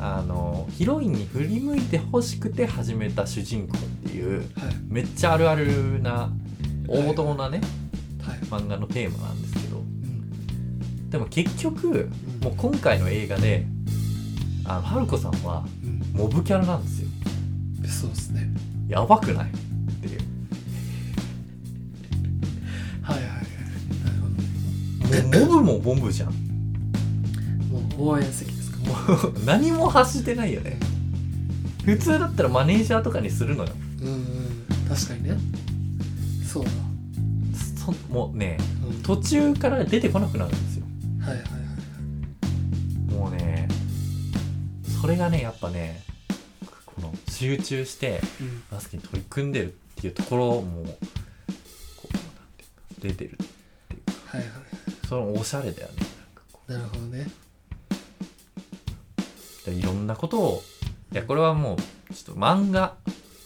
Speaker 2: あのヒロインに振り向いてほしくて始めた主人公っていう
Speaker 1: はい
Speaker 2: めっちゃあるあるな大元なね、
Speaker 1: はい
Speaker 2: 漫画のテーマなんですけど
Speaker 1: うん
Speaker 2: でも結局
Speaker 1: うん
Speaker 2: もう今回の映画であの春子さんは
Speaker 1: うん
Speaker 2: モブキャラなんですよ
Speaker 1: そうですね
Speaker 2: やばくないっていう
Speaker 1: はいはいはいなるほ
Speaker 2: もうモブもモブじゃん
Speaker 1: どねもう応援席ですかもう
Speaker 2: 何も発してないよね普通だったらマネージャーとかにするのよ
Speaker 1: うんうん確かにねそうだ
Speaker 2: そもうね
Speaker 1: うん
Speaker 2: 途中から出てこなくなるんですよ
Speaker 1: はいはいはい
Speaker 2: もうねそれがねやっぱねこの集中して
Speaker 1: うん
Speaker 2: バスケに取り組んでるっていうところもこうなんていうか出てる
Speaker 1: はいはい
Speaker 2: そのおしゃれだよねなんかこう
Speaker 1: なるほどね
Speaker 2: でいろんなことをいやこれはもうちょっと漫画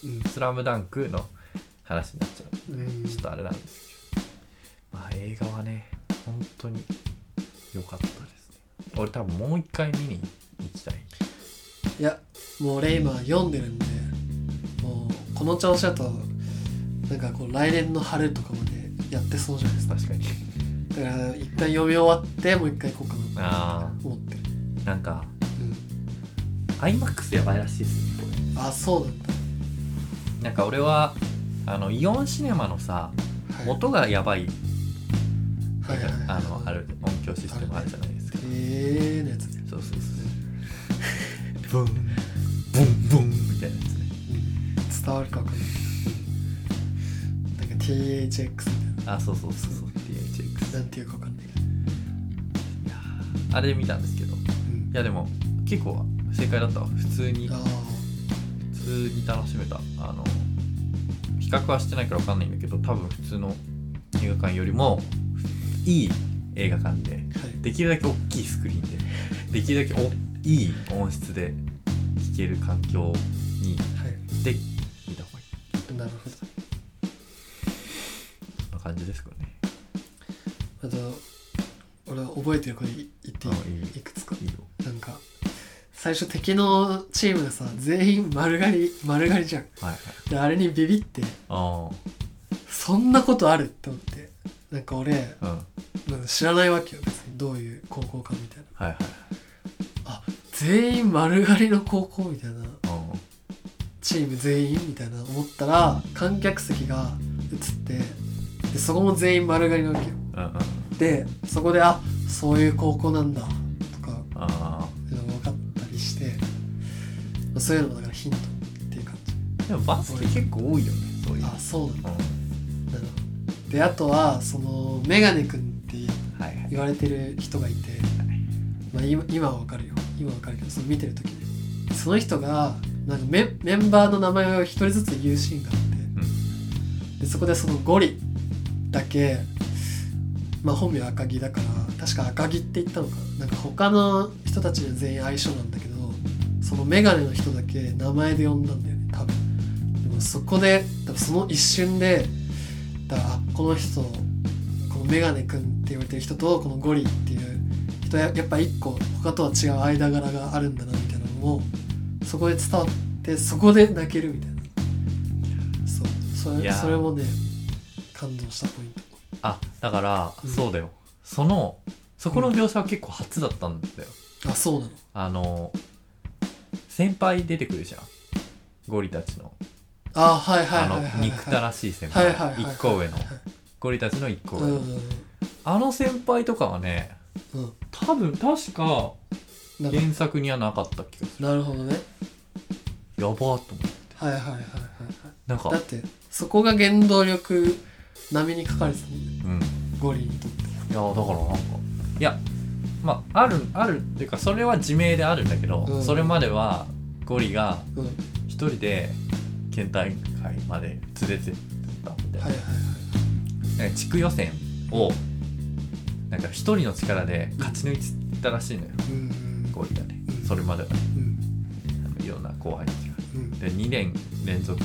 Speaker 1: うん
Speaker 2: 「スラムダンクの話になっちゃ
Speaker 1: うん
Speaker 2: うちょっとあれなんですけど、まあ、映画はね本当に良かったですね俺多分もう一回見に行きたい
Speaker 1: いやもう俺今読んでるんでもうこの調子だとなんかこう来年の春とかまでやってそうじゃないですか
Speaker 2: 確かに
Speaker 1: だから一回読み終わってもう一回行こうかな
Speaker 2: あ
Speaker 1: と思ってる
Speaker 2: ーなんか IMAX やばいらしいですねこ
Speaker 1: うんあそうなんだ
Speaker 2: れなんか俺はあのイオンシネマのさ
Speaker 1: はい
Speaker 2: 音がやばい
Speaker 1: はいはいはい
Speaker 2: あのある音響システムあるじゃないですか
Speaker 1: ええのやつね
Speaker 2: そうそうそう。ブン、ブン、ブンみたいなやつね。
Speaker 1: うん伝わるかわかんないなんか THX みたい
Speaker 2: あ、そうそうそうそう。THX。
Speaker 1: ななんていうかわかんないけど
Speaker 2: いやーあれ見たんですけど。い
Speaker 1: うん
Speaker 2: や、でも、結構正解だったわ。普通に、
Speaker 1: あ
Speaker 2: 普通に楽しめた。あの、比較はしてないからわかんないんだけど、多分普通の映画館よりも、いい映画館で、
Speaker 1: あはい
Speaker 2: できるだけ大きいスクリーンで、できるだけおいい音質で聴ける環境に、
Speaker 1: はい
Speaker 2: で、見た方がいい。
Speaker 1: なるほど
Speaker 2: そんな感じですかね。
Speaker 1: あと俺は覚えてるこれ言ってい
Speaker 2: あいいよ
Speaker 1: いいくつか
Speaker 2: いいよ。
Speaker 1: なんか最初敵のチームがさ全員丸刈り丸刈りじゃん
Speaker 2: はいはい。
Speaker 1: であれにビビって
Speaker 2: あ
Speaker 1: そんなことあるって思ってなんか俺
Speaker 2: あ、うん。はい
Speaker 1: なんか知らないわけよ別にどういう高校かみたいな
Speaker 2: はい。
Speaker 1: あ全員丸刈りの高校みたいな
Speaker 2: あ
Speaker 1: チーム全員みたいな思ったら観客席が映ってでそこも全員丸刈りなわけよ
Speaker 2: あうんうん
Speaker 1: でそこであそういう高校なんだとか
Speaker 2: あ
Speaker 1: いうのが分かったりして、まあそういうのもだからヒントっていう感じ
Speaker 2: ーでもバスケ結構多いよねそういう
Speaker 1: あそうなんだ
Speaker 2: うん
Speaker 1: なるほどであとはそのメガネくんって
Speaker 2: はいはい
Speaker 1: 言われてる人がいて、まあ、今今はわかるよ今はわかるけどその見てる時ねその人がなんかメメンバーの名前を一人ずつ言うシーンがあって、でそこでそのゴリだけまあ本名赤木だから確か赤木って言ったのかななんか他の人たちには全員相性なんだけどそのメガネの人だけ名前で呼んだんだよね多分でもそこで多分その一瞬でだからあこの人このメガネくんって言われてる人とこのゴリっていう人はややっぱ一個他とは違う間柄があるんだなみたいなのもそこで伝わってそこで泣けるみたいなそうそ
Speaker 2: い
Speaker 1: れ
Speaker 2: やー
Speaker 1: それもね感動したポイント
Speaker 2: あだから、
Speaker 1: うん
Speaker 2: そうだよそのそこの描写は結構初だったんだよ、
Speaker 1: あそうなの
Speaker 2: あの先輩出てくるじゃんゴリたちの
Speaker 1: あはいはい
Speaker 2: あ
Speaker 1: はい
Speaker 2: の
Speaker 1: はいはい
Speaker 2: 憎たらしい先
Speaker 1: はい
Speaker 2: 輩
Speaker 1: はいはい
Speaker 2: 一個上のゴリたちの一個
Speaker 1: う
Speaker 2: 上
Speaker 1: ん
Speaker 2: のあの先輩とかはね
Speaker 1: うんうん
Speaker 2: 多分確か
Speaker 1: なんか
Speaker 2: 原作にはなかった気がする
Speaker 1: なるほどね
Speaker 2: やばーと思って
Speaker 1: はいはいはいはい
Speaker 2: なんか
Speaker 1: はいだってそこが原動力並みに書かれてたもんね
Speaker 2: うん
Speaker 1: ゴリにとって
Speaker 2: いやだからなんかいやまああるあるっていうかそれは自明であるんだけど、
Speaker 1: うん
Speaker 2: それまではゴリが
Speaker 1: うんは
Speaker 2: 一人で県大会まで連れてったみたい
Speaker 1: い
Speaker 2: な,、
Speaker 1: はいはい
Speaker 2: なんか地区予選をなんか一人の力で勝ち抜いてたらしいのよ
Speaker 1: うんうん
Speaker 2: ゴリがね
Speaker 1: うん
Speaker 2: それまではね
Speaker 1: うん
Speaker 2: あのいろんな後輩たちが
Speaker 1: うん
Speaker 2: で2年連続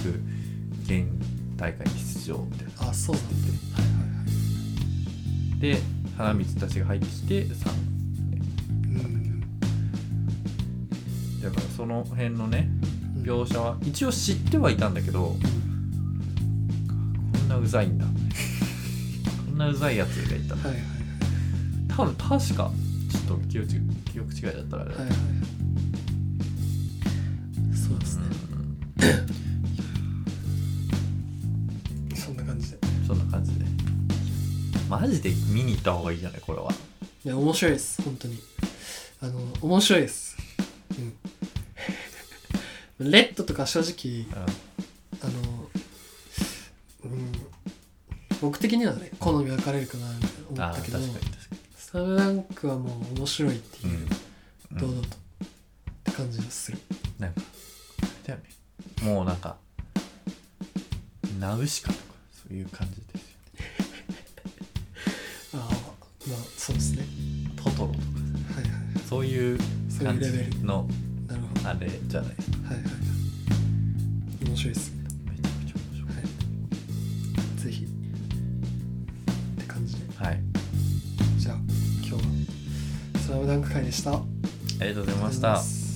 Speaker 2: 県大会に出場みたいな
Speaker 1: あそうなんだはいはいはい
Speaker 2: で花道たちが入ってきて3
Speaker 1: うん
Speaker 2: だからその辺のね
Speaker 1: うん
Speaker 2: 描写は一応知ってはいたんだけどこんなうざいんだこんなうざいやつがいた
Speaker 1: はいはい
Speaker 2: 多分確かちょっと記憶違記憶違いだったらあれだ
Speaker 1: はいはいはいそうですね
Speaker 2: うん
Speaker 1: そんな感じで
Speaker 2: そんな感じでマジで見に行った方がいいじゃないこれはい
Speaker 1: や面白いです本当にあの面白いですうん レッドとか正直あのうん僕的にはね好み分かれるかなって
Speaker 2: うん
Speaker 1: 思
Speaker 2: あ
Speaker 1: っ
Speaker 2: あ
Speaker 1: たけ
Speaker 2: 確
Speaker 1: ど
Speaker 2: かに確か
Speaker 1: スラムダンクはもう面白いって
Speaker 2: に、
Speaker 1: いうう、
Speaker 2: ん、うん
Speaker 1: 堂々とって感じがする
Speaker 2: なんかあれだよねもうなんかナウシカとかそういう感じですよ
Speaker 1: ああまあそうですね
Speaker 2: トトロとか
Speaker 1: はいはいはい
Speaker 2: そういう
Speaker 1: そうい
Speaker 2: 感
Speaker 1: うレベル
Speaker 2: じの
Speaker 1: なるほど
Speaker 2: あれじゃないですか
Speaker 1: はいはいはい面白いです
Speaker 2: めちゃくちゃ面白
Speaker 1: ぜ
Speaker 2: い
Speaker 1: ひって感じで
Speaker 2: はい、
Speaker 1: じゃあ今日は「スラムダンク会でしたあり
Speaker 2: ありがとう
Speaker 1: がと
Speaker 2: ござい
Speaker 1: うご
Speaker 2: ま
Speaker 1: ざ
Speaker 2: し
Speaker 1: い
Speaker 2: た
Speaker 1: ます